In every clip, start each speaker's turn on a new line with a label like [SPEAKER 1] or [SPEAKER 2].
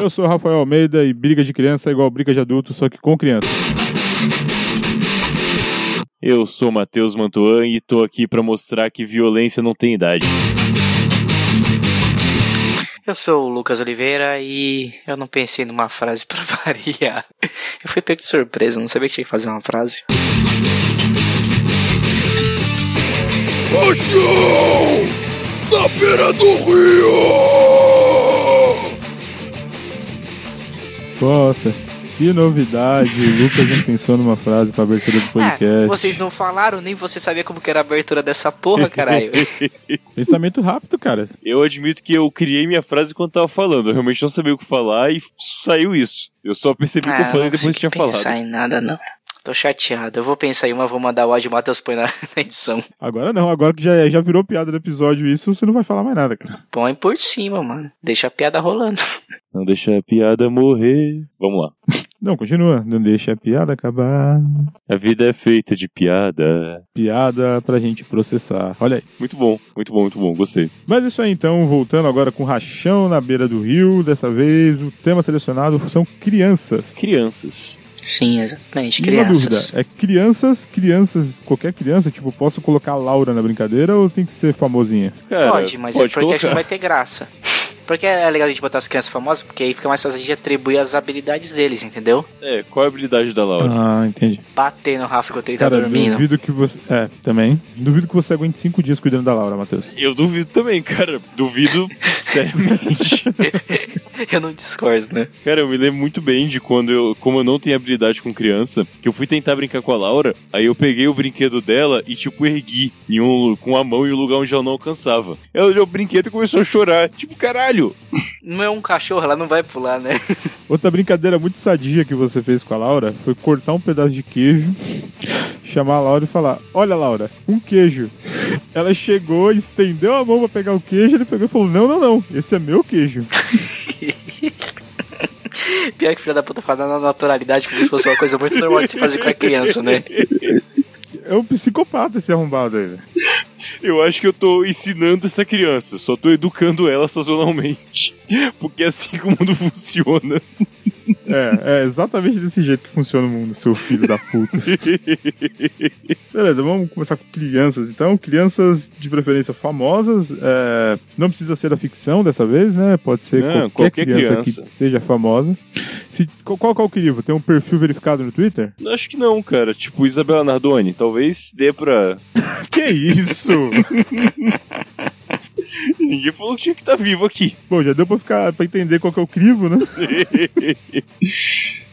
[SPEAKER 1] Eu sou Rafael Almeida e briga de criança é igual briga de adulto, só que com criança.
[SPEAKER 2] Eu sou Matheus Mantuan e tô aqui pra mostrar que violência não tem idade.
[SPEAKER 3] Eu sou o Lucas Oliveira e eu não pensei numa frase pra variar. Eu fui pego de surpresa, não sabia que tinha que fazer uma frase.
[SPEAKER 4] na beira do rio!
[SPEAKER 1] Nossa, que novidade. O Lucas não pensou numa frase pra abertura do
[SPEAKER 2] é.
[SPEAKER 3] Ah,
[SPEAKER 1] podcast.
[SPEAKER 3] vocês não falaram, nem você sabia como que era a abertura dessa porra, caralho.
[SPEAKER 1] Pensamento rápido, cara.
[SPEAKER 2] Eu admito que eu criei minha frase quando tava falando. Eu realmente não sabia o que falar e saiu isso. Eu só percebi o que eu falei
[SPEAKER 3] Ah, não
[SPEAKER 2] depois que
[SPEAKER 3] consigo
[SPEAKER 2] tinha falado.
[SPEAKER 3] pensar em nada, não. Tô chateado. Eu vou pensar em uma, vou mandar o áudio e o Matheus põe na, na edição.
[SPEAKER 1] Agora não, agora que já, já virou piada do episódio isso, você não vai falar mais nada, cara.
[SPEAKER 3] Põe por cima, mano. Deixa a piada rolando.
[SPEAKER 2] Não deixa a piada morrer. Vamos lá.
[SPEAKER 1] Não, continua. Não deixa a piada acabar.
[SPEAKER 2] A vida é feita de piada.
[SPEAKER 1] Piada pra gente processar. Olha aí.
[SPEAKER 2] Muito bom, muito bom, muito bom. Gostei.
[SPEAKER 1] Mas isso aí então, voltando agora com Rachão na beira do rio. Dessa vez o tema selecionado são crianças.
[SPEAKER 2] Crianças.
[SPEAKER 3] Sim, exatamente.
[SPEAKER 1] Uma
[SPEAKER 3] Crianças.
[SPEAKER 1] dúvida, é crianças, crianças, qualquer criança, tipo, posso colocar a Laura na brincadeira ou tem que ser famosinha?
[SPEAKER 2] Cara,
[SPEAKER 3] pode, mas é porque acho que não vai ter graça. Porque é legal a gente botar as crianças famosas, porque aí fica mais fácil a gente atribuir as habilidades deles, entendeu?
[SPEAKER 2] É, qual a habilidade da Laura?
[SPEAKER 1] Ah, entendi.
[SPEAKER 3] Bater no Rafa enquanto ele tá
[SPEAKER 1] Cara,
[SPEAKER 3] dormindo.
[SPEAKER 1] duvido que você. É, também. Duvido que você aguente cinco dias cuidando da Laura, Matheus.
[SPEAKER 2] Eu duvido também, cara. Duvido seriamente.
[SPEAKER 3] Eu não discordo, né?
[SPEAKER 2] Cara, eu me lembro muito bem de quando eu, como eu não tenho habilidade com criança, que eu fui tentar brincar com a Laura, aí eu peguei o brinquedo dela e, tipo, ergui em um, com a mão em um lugar onde ela não alcançava. Ela olhou o brinquedo e começou a chorar. Tipo, caralho!
[SPEAKER 3] Não é um cachorro, ela não vai pular, né?
[SPEAKER 1] Outra brincadeira muito sadia que você fez com a Laura foi cortar um pedaço de queijo, chamar a Laura e falar: Olha, Laura, um queijo. Ela chegou, estendeu a mão pra pegar o queijo, ele pegou e falou: Não, não, não, esse é meu queijo.
[SPEAKER 3] Pior que filha da puta fala na naturalidade, como se fosse uma coisa muito normal de se fazer com a criança, né?
[SPEAKER 1] É um psicopata esse arrombado aí, né? velho.
[SPEAKER 2] Eu acho que eu tô ensinando essa criança, só tô educando ela sazonalmente. Porque é assim que o mundo funciona.
[SPEAKER 1] É, é exatamente desse jeito que funciona o mundo, seu filho da puta. Beleza, vamos começar com crianças então. Crianças de preferência famosas. é, não precisa ser a ficção dessa vez, né? Pode ser
[SPEAKER 2] Não,
[SPEAKER 1] qualquer,
[SPEAKER 2] qualquer
[SPEAKER 1] criança,
[SPEAKER 2] criança.
[SPEAKER 1] que seja famosa. Se, qual, qual que é o crivo? Tem um perfil verificado no Twitter?
[SPEAKER 2] Eu Acho que não, cara. Tipo, Isabela Nardoni, talvez dê pra.
[SPEAKER 1] Que isso!
[SPEAKER 2] Ninguém falou que tinha que estar vivo aqui.
[SPEAKER 1] Bom, já deu pra, ficar, pra entender qual que é o crivo, né?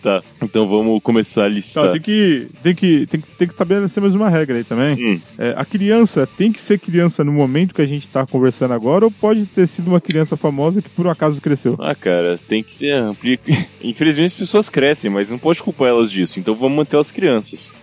[SPEAKER 2] Tá, então vamos começar a
[SPEAKER 1] Tá,
[SPEAKER 2] listar.
[SPEAKER 1] Tem, que, tem, que, tem, que, tem que estabelecer mais uma regra aí também.
[SPEAKER 2] Hum.
[SPEAKER 1] É, a criança tem que ser criança no momento que a gente tá conversando agora ou pode ter sido uma criança famosa que por um acaso cresceu?
[SPEAKER 2] Ah, cara, tem que ser ampli... Infelizmente as pessoas crescem, mas não pode culpar elas disso. Então vamos manter as crianças.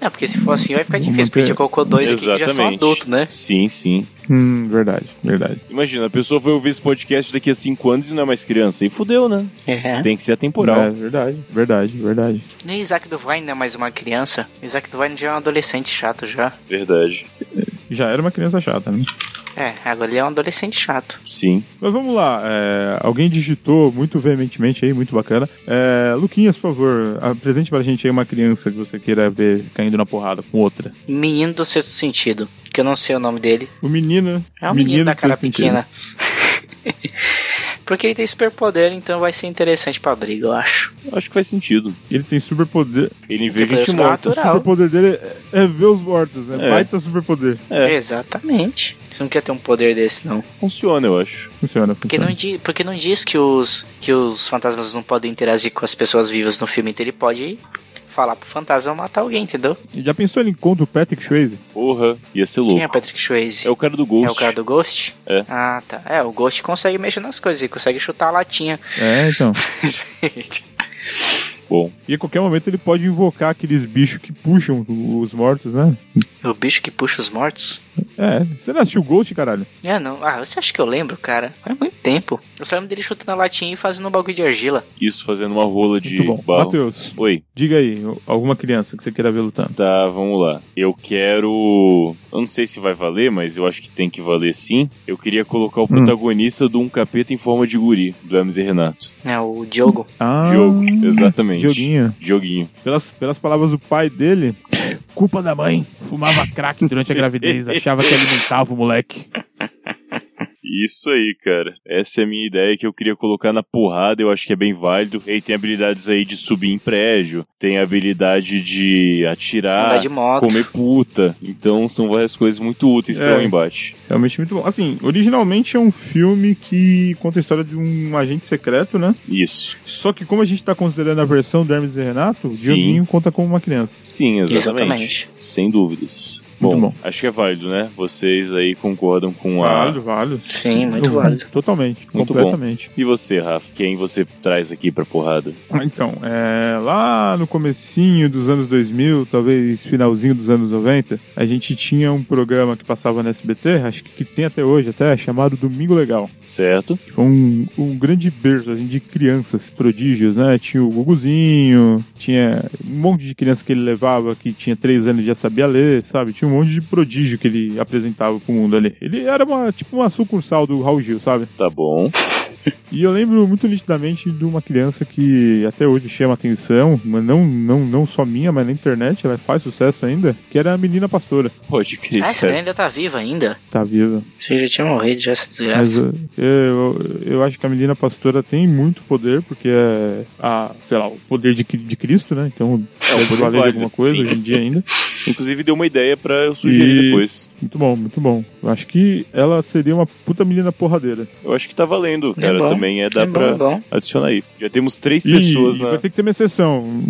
[SPEAKER 3] É, porque se for assim vai ficar
[SPEAKER 1] Vamos
[SPEAKER 3] difícil, porque
[SPEAKER 1] manter-
[SPEAKER 3] a gente colocou dois aqui que já são
[SPEAKER 2] Exatamente.
[SPEAKER 3] adultos, né?
[SPEAKER 2] Sim, sim.
[SPEAKER 1] Hum, verdade, verdade.
[SPEAKER 2] Imagina, a pessoa vai ouvir esse podcast daqui a 5 anos e não é mais criança. E fudeu, né?
[SPEAKER 3] É.
[SPEAKER 2] Tem que ser
[SPEAKER 1] É,
[SPEAKER 2] atemporal.
[SPEAKER 1] verdade, verdade, verdade.
[SPEAKER 3] Nem Isaac Duvain não é mais uma criança. Isaac Duvain já é um adolescente chato já.
[SPEAKER 2] Verdade.
[SPEAKER 1] Já era uma criança chata, né?
[SPEAKER 3] É, agora ele é um adolescente chato.
[SPEAKER 2] Sim.
[SPEAKER 1] Mas vamos lá, é, alguém digitou muito veementemente aí, muito bacana. É, Luquinhas, por favor, apresente pra gente aí uma criança que você queira ver caindo na porrada com outra.
[SPEAKER 3] É Menino do sexto sentido, que eu não sei o nome dele.
[SPEAKER 1] O menino.
[SPEAKER 3] É um menino, da
[SPEAKER 1] que
[SPEAKER 3] cara
[SPEAKER 1] fez sentido.
[SPEAKER 3] pequena. porque ele tem superpoder, então vai ser interessante pra briga, eu acho.
[SPEAKER 2] Acho que faz sentido.
[SPEAKER 1] Ele tem superpoder.
[SPEAKER 2] Ele vê um,
[SPEAKER 3] Tipo,
[SPEAKER 2] gente
[SPEAKER 3] é
[SPEAKER 2] morta.
[SPEAKER 1] O
[SPEAKER 3] natural.
[SPEAKER 1] superpoder dele é, é ver os mortos, né?
[SPEAKER 2] É.
[SPEAKER 1] Baita superpoder.
[SPEAKER 2] É.
[SPEAKER 3] Exatamente. Você não quer ter um poder desse, não.
[SPEAKER 2] Funciona, eu acho.
[SPEAKER 1] Funciona,
[SPEAKER 3] Porque
[SPEAKER 1] funciona.
[SPEAKER 3] não, di- porque não diz que os, que os fantasmas não podem interagir com as pessoas vivas no filme, então ele pode falar pro fantasma matar alguém, entendeu?
[SPEAKER 1] Já pensou ele encontra o Patrick Swayze?
[SPEAKER 2] Porra, ia ser louco.
[SPEAKER 3] Quem é o Patrick Swayze?
[SPEAKER 2] É o cara do Ghost.
[SPEAKER 3] É o cara do Ghost?
[SPEAKER 2] É.
[SPEAKER 3] Ah, tá. É, o Ghost consegue mexer nas coisas, ele consegue chutar a latinha.
[SPEAKER 1] É, então.
[SPEAKER 2] Bom,
[SPEAKER 1] E a qualquer momento ele pode invocar aqueles bichos que puxam os mortos, né?
[SPEAKER 3] o bicho que puxa os mortos?
[SPEAKER 1] É, você não assistiu o Ghost, caralho?
[SPEAKER 3] É, não. Ah, você acha que eu lembro, cara? Faz muito tempo. Eu só lembro dele chutando a latinha e fazendo um bagulho de argila.
[SPEAKER 2] Isso fazendo uma rola de
[SPEAKER 1] Muito bom.
[SPEAKER 2] barro.
[SPEAKER 1] Matheus,
[SPEAKER 2] Oi,
[SPEAKER 1] diga aí, alguma criança que você queira ver lutando.
[SPEAKER 2] tá, vamos lá. Eu quero. Eu não sei se vai valer, mas eu acho que tem que valer sim. Eu queria colocar o
[SPEAKER 1] Hum.
[SPEAKER 2] protagonista do Um Capeta em Forma de Guri, do Hermes e Renato.
[SPEAKER 3] É, o Diogo.
[SPEAKER 1] Ah,
[SPEAKER 2] Diogo, exatamente.
[SPEAKER 1] Joguinho.
[SPEAKER 2] Joguinho.
[SPEAKER 1] Pelas, pelas palavras do pai dele, culpa da mãe. Fumava crack durante a gravidez, achava que alimentava o moleque.
[SPEAKER 2] Isso aí, cara. Essa é a minha ideia que eu queria colocar na porrada, eu acho que é bem válido. Ele tem habilidades aí de subir em prédio, tem habilidade de
[SPEAKER 3] andar
[SPEAKER 2] atirar,
[SPEAKER 3] de moto.
[SPEAKER 2] comer puta. Então são várias coisas muito úteis
[SPEAKER 1] É.
[SPEAKER 2] para o embate.
[SPEAKER 1] Realmente muito bom. Assim, originalmente é um filme que conta a história de um agente secreto, né?
[SPEAKER 2] Isso.
[SPEAKER 1] Só que como a gente tá considerando a versão do Hermes e Renato, o
[SPEAKER 2] Sim.
[SPEAKER 1] Dioguinho conta como uma criança.
[SPEAKER 2] Sim, exatamente.
[SPEAKER 3] Exatamente.
[SPEAKER 2] Sem dúvidas.
[SPEAKER 1] Muito
[SPEAKER 2] Bom,
[SPEAKER 1] bom.
[SPEAKER 2] acho que é válido, né? Vocês aí concordam com a.
[SPEAKER 1] Válido, válido.
[SPEAKER 3] Sim, muito válido.
[SPEAKER 1] Totalmente,
[SPEAKER 2] Muito bom.
[SPEAKER 1] completamente.
[SPEAKER 2] E você, Rafa? Quem você traz aqui pra porrada?
[SPEAKER 1] Então, é, lá no comecinho dos anos 2000, talvez finalzinho dos anos 90, a gente tinha um programa que passava na SBT, acho que, que tem até hoje até, chamado Domingo Legal.
[SPEAKER 2] Certo?
[SPEAKER 1] Que foi um, um grande berço assim, de crianças prodígios, né? Tinha o Guguzinho, tinha um monte de criança que ele levava que tinha três anos e já sabia ler, sabe? Tinha um monte de prodígio que ele apresentava pro mundo ali. Ele era uma, tipo uma sucursal do Raul Gil, sabe?
[SPEAKER 2] Tá bom.
[SPEAKER 1] E eu lembro muito nitidamente de uma criança que até hoje chama atenção, mas não, não, não só minha, mas na internet, ela faz sucesso ainda, que era a menina pastora.
[SPEAKER 2] Pode crer.
[SPEAKER 3] Ah, essa
[SPEAKER 2] cara.
[SPEAKER 3] menina ainda tá viva ainda?
[SPEAKER 1] Tá viva.
[SPEAKER 3] Você já tinha morrido, já essa
[SPEAKER 2] É.
[SPEAKER 1] Mas
[SPEAKER 2] uh,
[SPEAKER 3] desgraça.
[SPEAKER 1] eu, eu, eu acho que a menina pastora tem muito poder, porque é a, sei lá, o poder de, Cri- de Cristo, né? Então
[SPEAKER 2] É, um
[SPEAKER 1] deve
[SPEAKER 2] poder
[SPEAKER 1] valer de
[SPEAKER 2] válido,
[SPEAKER 1] alguma coisa
[SPEAKER 2] sim.
[SPEAKER 1] hoje em dia ainda.
[SPEAKER 2] Inclusive deu uma ideia pra eu sugerir
[SPEAKER 1] E-
[SPEAKER 2] depois.
[SPEAKER 1] Muito bom, muito bom. Eu acho que ela seria uma puta menina porradeira.
[SPEAKER 2] Eu acho que tá valendo,
[SPEAKER 3] É
[SPEAKER 2] cara.
[SPEAKER 3] bom.
[SPEAKER 2] Também é, dá
[SPEAKER 3] é bom,
[SPEAKER 2] pra
[SPEAKER 3] é bom.
[SPEAKER 2] adicionar aí. Já temos três
[SPEAKER 1] E-
[SPEAKER 2] pessoas né?
[SPEAKER 1] e
[SPEAKER 2] na.
[SPEAKER 1] vai ter que ter uma exceção.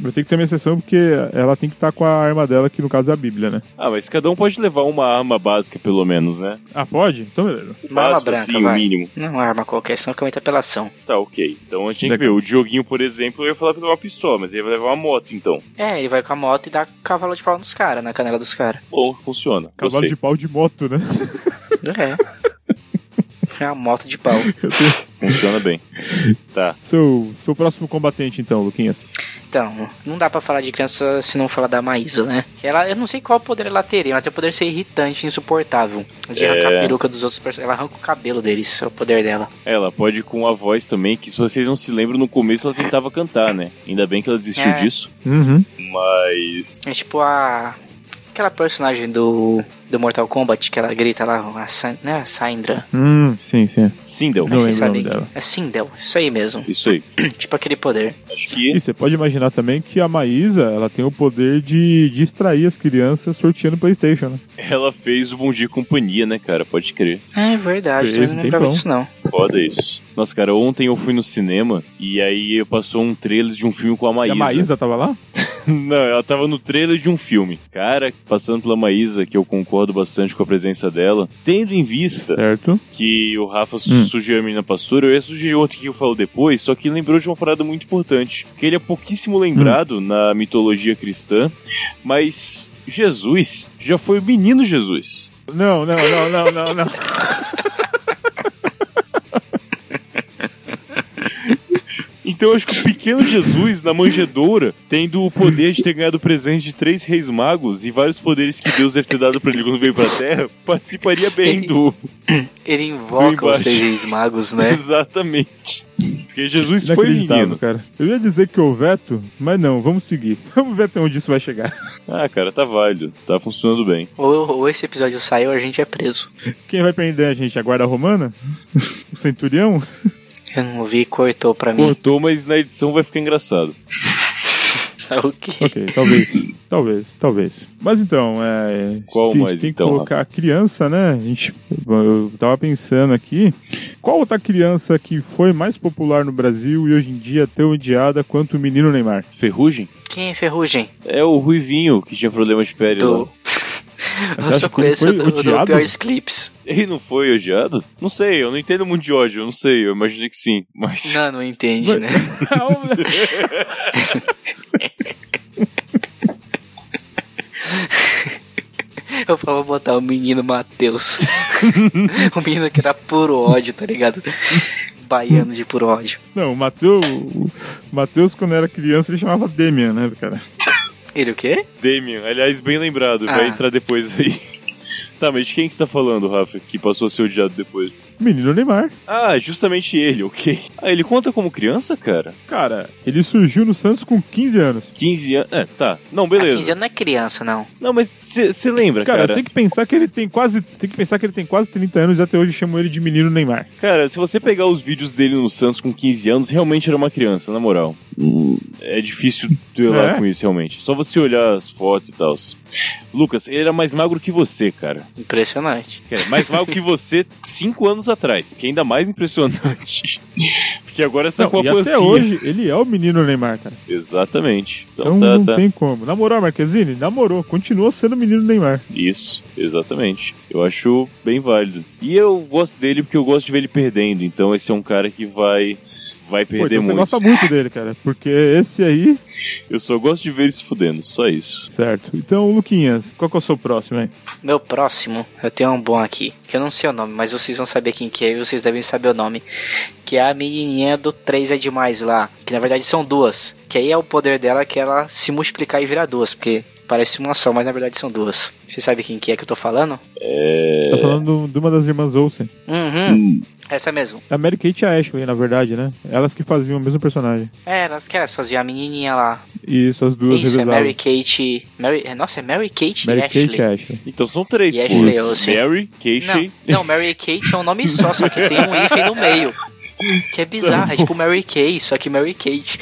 [SPEAKER 1] Vai ter que ter uma exceção porque ela tem que estar com a arma dela, que no caso é a Bíblia, né?
[SPEAKER 2] Ah, mas cada um pode levar uma arma básica, pelo menos, né?
[SPEAKER 1] Ah, pode? Então beleza.
[SPEAKER 3] Uma arma
[SPEAKER 2] Básico,
[SPEAKER 3] branca,
[SPEAKER 2] assim, o
[SPEAKER 3] vai.
[SPEAKER 2] mínimo.
[SPEAKER 3] Não é uma arma qualquer, senão que é muita apelação.
[SPEAKER 2] Tá, ok. Então a gente tem que
[SPEAKER 1] Legal.
[SPEAKER 2] ver. O Dioguinho, por exemplo, eu ia falar pra levar uma pistola, mas ele vai levar uma moto, então.
[SPEAKER 3] É, ele vai com a moto e dá cavalo de pau nos caras, na canela dos caras.
[SPEAKER 2] Bom, funciona.
[SPEAKER 1] Cavalo
[SPEAKER 2] Gostei.
[SPEAKER 1] de pau de moto, né?
[SPEAKER 3] É. É uma moto de pau.
[SPEAKER 2] Funciona bem.
[SPEAKER 1] Seu, seu próximo combatente, então, Luquinhas.
[SPEAKER 3] Então, não dá pra falar de criança se não falar da Maísa, né? Ela, eu não sei qual poder ela teria, mas tem o poder de ser irritante, insuportável.
[SPEAKER 2] É.
[SPEAKER 3] De arrancar a peruca dos outros personagens. Ela arranca o cabelo deles, é o poder dela.
[SPEAKER 2] Ela pode com a voz também, que se vocês não se lembram, no começo ela tentava cantar, né? Ainda bem que ela desistiu
[SPEAKER 3] É.
[SPEAKER 2] disso.
[SPEAKER 1] Uhum.
[SPEAKER 2] Mas.
[SPEAKER 3] É tipo a. Aquela personagem do, do Mortal Kombat que ela grita lá, a San, né, a Sandra.
[SPEAKER 1] Hum, sim, sim.
[SPEAKER 2] Sindel.
[SPEAKER 1] Não.
[SPEAKER 3] Mas vocês
[SPEAKER 1] lembro o nome
[SPEAKER 3] sabem que-
[SPEAKER 1] dela.
[SPEAKER 3] É Sindel, isso aí mesmo.
[SPEAKER 2] Isso aí.
[SPEAKER 3] tipo aquele poder.
[SPEAKER 2] Acho
[SPEAKER 1] E
[SPEAKER 2] que.
[SPEAKER 1] você pode imaginar também que a Maísa, ela tem o poder de distrair as crianças sorteando Playstation, né?
[SPEAKER 2] Ela fez o Bom Dia e Companhia, né, cara? Pode crer.
[SPEAKER 3] É verdade,
[SPEAKER 1] Fez
[SPEAKER 3] eu não
[SPEAKER 1] um
[SPEAKER 3] lembrava
[SPEAKER 1] tempão.
[SPEAKER 3] disso não.
[SPEAKER 2] Foda isso. Nossa, cara, ontem eu fui no cinema e aí eu passou um trailer de um filme com a
[SPEAKER 1] E
[SPEAKER 2] Maísa.
[SPEAKER 1] a Maísa tava lá?
[SPEAKER 2] Não, ela tava no trailer de um filme. Cara, passando pela Maísa, que eu concordo bastante com a presença dela, tendo em vista
[SPEAKER 1] Certo.
[SPEAKER 2] que o Rafa su-
[SPEAKER 1] Hum.
[SPEAKER 2] sugeriu a menina pastora, eu ia sugerir outro que eu falo depois, só que lembrou de uma parada muito importante, que ele é pouquíssimo lembrado na mitologia cristã, mas Jesus já foi o menino Jesus.
[SPEAKER 1] Não, não, não, não, não, não.
[SPEAKER 2] Então eu acho que o pequeno Jesus, na manjedoura, tendo o poder de ter ganhado o presente de três reis magos e vários poderes que Deus deve ter dado pra ele quando veio pra Terra, participaria bem do...
[SPEAKER 3] Ele invoca os
[SPEAKER 2] embaixo.
[SPEAKER 3] seis reis magos, né?
[SPEAKER 2] Exatamente. Porque Jesus foi
[SPEAKER 1] Inacreditável,
[SPEAKER 2] menino.
[SPEAKER 1] cara. Eu ia dizer que eu veto, mas não, vamos seguir. Vamos ver até onde isso vai chegar.
[SPEAKER 2] Ah, cara, tá válido. Tá funcionando bem.
[SPEAKER 3] ou, ou esse episódio sai ou a gente é preso.
[SPEAKER 1] Quem vai prender a gente? A guarda romana? O centurião?
[SPEAKER 3] Eu não vi, cortou pra mim.
[SPEAKER 2] Cortou, mas na edição vai ficar engraçado.
[SPEAKER 3] o quê?
[SPEAKER 1] Ok, talvez. talvez, talvez. Mas então, é.
[SPEAKER 2] Qual
[SPEAKER 1] se a gente
[SPEAKER 2] mais,
[SPEAKER 1] tem
[SPEAKER 2] então,
[SPEAKER 1] que colocar a criança, né? A gente, eu tava pensando aqui. Qual outra criança que foi mais popular no Brasil e hoje em dia é tão odiada quanto o menino Neymar?
[SPEAKER 2] Ferrugem?
[SPEAKER 3] Quem é Ferrugem?
[SPEAKER 2] É o Ruivinho que tinha problema de pele
[SPEAKER 3] Do...
[SPEAKER 2] lá.
[SPEAKER 1] acha
[SPEAKER 3] Eu só
[SPEAKER 1] que ele
[SPEAKER 3] conheço
[SPEAKER 1] foi
[SPEAKER 3] o do, do
[SPEAKER 1] odiado?
[SPEAKER 3] Piores Clips.
[SPEAKER 2] Ele não foi odiado? Não sei, eu não entendo muito de ódio, eu não sei, eu imaginei que sim, mas.
[SPEAKER 3] Não, não entende, né? Eu vou botar o menino Matheus. o menino que era puro ódio, tá ligado? Baiano de puro ódio.
[SPEAKER 1] Não, o Matheus. o Matheus, quando era criança, ele chamava Demian, né, cara?
[SPEAKER 3] Ele o quê?
[SPEAKER 2] Damien, aliás, bem lembrado,
[SPEAKER 3] Ah.
[SPEAKER 2] vai entrar depois aí. Tá, mas de quem que você tá falando, Rafa, que passou a ser odiado depois?
[SPEAKER 1] Menino Neymar.
[SPEAKER 2] Ah, justamente ele, ok. Ah, ele conta como criança, cara?
[SPEAKER 1] Cara, ele surgiu no Santos com 15 anos.
[SPEAKER 2] 15 anos. É, tá. Não,
[SPEAKER 3] Beleza.
[SPEAKER 2] beleza.
[SPEAKER 3] 15 anos não é criança, não.
[SPEAKER 2] Não, mas você lembra,
[SPEAKER 1] Cara,
[SPEAKER 2] cara?
[SPEAKER 1] tem que pensar que ele tem quase. Tem que pensar que ele tem quase 30 anos e até hoje chamam ele de menino Neymar.
[SPEAKER 2] Cara, se você pegar os vídeos dele no Santos com 15 anos, realmente era uma criança, na moral. É difícil
[SPEAKER 1] É?
[SPEAKER 2] duelar com isso, realmente. Só você olhar as fotos e tal. Lucas, ele era mais magro que você, cara.
[SPEAKER 3] Impressionante.
[SPEAKER 2] Cara, mais magro que você cinco anos atrás, que é ainda mais impressionante. Porque agora você tá
[SPEAKER 1] Não,
[SPEAKER 2] com
[SPEAKER 1] e
[SPEAKER 2] a pancinha.
[SPEAKER 1] até hoje ele é o menino Neymar, cara.
[SPEAKER 2] Exatamente. Então,
[SPEAKER 1] Então não
[SPEAKER 2] tá, tá.
[SPEAKER 1] tem como. Namorou, Marquezine? Namorou. Continua sendo menino Neymar.
[SPEAKER 2] Isso, exatamente. Eu acho bem válido. E eu gosto dele porque eu gosto de ver ele perdendo. Então esse é um cara que vai, vai
[SPEAKER 1] Pô,
[SPEAKER 2] perder
[SPEAKER 1] então você
[SPEAKER 2] muito.
[SPEAKER 1] gosta muito dele, cara. Porque esse aí...
[SPEAKER 2] Eu só gosto de ver ele se fudendo, só isso.
[SPEAKER 1] Certo. Então, Luquinhas, qual que é o seu próximo, hein?
[SPEAKER 3] Meu próximo, eu tenho um bom aqui, que eu não sei o nome, mas vocês vão saber quem que é e vocês devem saber o nome. Que é a menininha do 3 é demais lá, que na verdade são duas. Que aí é o poder dela que ela se multiplicar e virar duas, porque parece uma só, mas na verdade são duas. Você sabe quem que é que eu tô falando?
[SPEAKER 2] É.
[SPEAKER 1] Você tá falando de uma das irmãs Olsen.
[SPEAKER 3] Uhum,
[SPEAKER 2] Hum,
[SPEAKER 3] essa mesmo.
[SPEAKER 1] A Mary Kate e a Ashley, na verdade, né? Elas que faziam o mesmo personagem.
[SPEAKER 3] É, elas que elas faziam a menininha lá.
[SPEAKER 1] E isso, as duas
[SPEAKER 3] Isso, é
[SPEAKER 1] revezavam.
[SPEAKER 3] Mary Kate... Mary... é, Nossa, é Mary Kate
[SPEAKER 1] Mary
[SPEAKER 3] e Ashley.
[SPEAKER 1] Kate e Ashley.
[SPEAKER 2] Então são três,
[SPEAKER 3] E
[SPEAKER 2] pô.
[SPEAKER 3] Ashley Olsen.
[SPEAKER 2] Mary,
[SPEAKER 3] Não,
[SPEAKER 2] Casey.
[SPEAKER 3] não, Mary Kate é um nome só, só que tem um hífen no meio. Que é bizarro, é tipo Mary Kay, só que Mary Kate.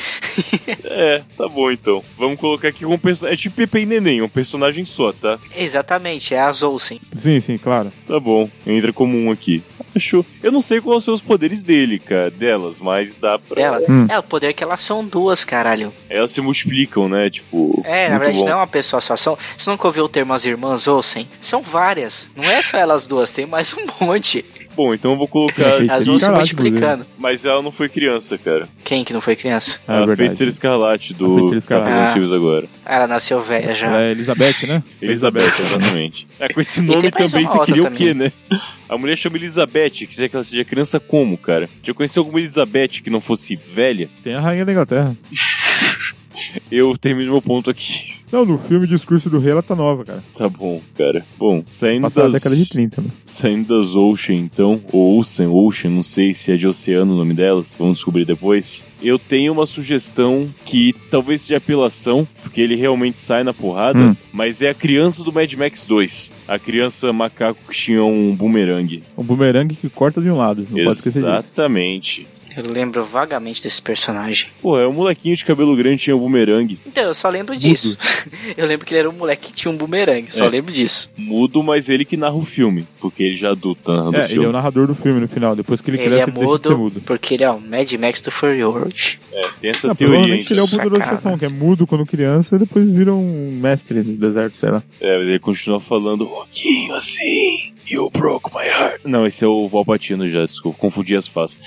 [SPEAKER 2] É, tá bom então. Vamos colocar aqui um personagem. É tipo Pepe e Neném, um personagem só, tá?
[SPEAKER 3] Exatamente, é a Zolsen.
[SPEAKER 1] Sim, sim, claro.
[SPEAKER 2] Tá bom. Entra como um aqui. Achou. Eu não sei quais são os poderes dele, cara, delas, mas dá pra.
[SPEAKER 3] Dela.
[SPEAKER 1] Hum.
[SPEAKER 3] É, o poder que elas são duas, caralho.
[SPEAKER 2] Elas se multiplicam, né? Tipo.
[SPEAKER 3] É,
[SPEAKER 2] muito
[SPEAKER 3] na verdade
[SPEAKER 2] bom.
[SPEAKER 3] não é uma pessoa só. São, você nunca ouviu o termo as irmãs Olsen? São várias. Não é só elas duas, tem mais um monte.
[SPEAKER 2] Bom, então eu vou colocar.
[SPEAKER 1] Isso
[SPEAKER 3] Elas
[SPEAKER 1] é
[SPEAKER 3] vão se
[SPEAKER 1] caralho,
[SPEAKER 3] multiplicando.
[SPEAKER 2] Mas ela não foi criança, cara.
[SPEAKER 3] Quem que não foi criança?
[SPEAKER 1] Ah, é
[SPEAKER 2] a
[SPEAKER 1] verdade.
[SPEAKER 2] Feiticeira Escarlate
[SPEAKER 1] A
[SPEAKER 2] do.
[SPEAKER 1] Feiticeira
[SPEAKER 2] Tá
[SPEAKER 1] Escarlate.
[SPEAKER 2] fazendo
[SPEAKER 3] Ah.
[SPEAKER 2] os filmes agora.
[SPEAKER 3] Ah, Ela nasceu velha
[SPEAKER 1] Ela
[SPEAKER 3] já.
[SPEAKER 1] é Elizabeth, né?
[SPEAKER 2] Elizabeth, exatamente. Ah, com esse
[SPEAKER 3] E
[SPEAKER 2] nome
[SPEAKER 3] tem mais
[SPEAKER 2] também
[SPEAKER 3] uma
[SPEAKER 2] você
[SPEAKER 3] outra
[SPEAKER 2] queria o
[SPEAKER 3] também.
[SPEAKER 2] quê, né? A mulher chama Elizabeth, que seja que ela seja criança como, cara? Já conheceu alguma Elizabeth que não fosse velha?
[SPEAKER 1] Tem a Rainha da Inglaterra.
[SPEAKER 2] Eu termino meu ponto aqui.
[SPEAKER 1] Não, no filme Discurso do Rei ela tá nova, cara.
[SPEAKER 2] Tá bom, cara. Bom, saindo
[SPEAKER 1] Passada
[SPEAKER 2] das...
[SPEAKER 1] da década de 30. né?
[SPEAKER 2] Saindo das Ocean, então, ou Ocean, Ocean, não sei se é de oceano o nome delas, vamos descobrir depois. Eu tenho uma sugestão que talvez seja apelação, porque ele realmente sai na porrada,
[SPEAKER 1] Hum.
[SPEAKER 2] mas é a criança do Mad Max 2. A criança macaco que tinha um bumerangue.
[SPEAKER 1] Um bumerangue que corta de um lado. Não pode esquecer disso.
[SPEAKER 2] Exatamente.
[SPEAKER 3] Eu lembro vagamente desse personagem.
[SPEAKER 2] Pô, é um molequinho de cabelo grande tinha um bumerangue.
[SPEAKER 3] Então, eu só lembro disso. eu lembro que ele era um moleque que tinha um bumerangue, só
[SPEAKER 2] É.
[SPEAKER 3] lembro disso.
[SPEAKER 2] Mudo, mas ele que narra o filme, porque ele já é adulto narrando o
[SPEAKER 1] É, ele é o
[SPEAKER 2] filme.
[SPEAKER 1] narrador do filme no final. Depois que ele,
[SPEAKER 3] Ele,
[SPEAKER 1] cresce,
[SPEAKER 3] é
[SPEAKER 1] ele deixa de ser
[SPEAKER 3] mudo,
[SPEAKER 1] mudo.
[SPEAKER 3] porque ele é o Mad Max do Fury Road.
[SPEAKER 2] Tem essa
[SPEAKER 1] Não,
[SPEAKER 2] teoria, hein?
[SPEAKER 1] provavelmente ele é o poderoso
[SPEAKER 3] Sacada.
[SPEAKER 1] chefão, que é mudo quando criança e depois vira um mestre do deserto, sei lá.
[SPEAKER 2] É, mas ele continua falando Roquinho assim. You broke my heart. Não, esse é o Valpatino já, desculpa. Confundi as faces.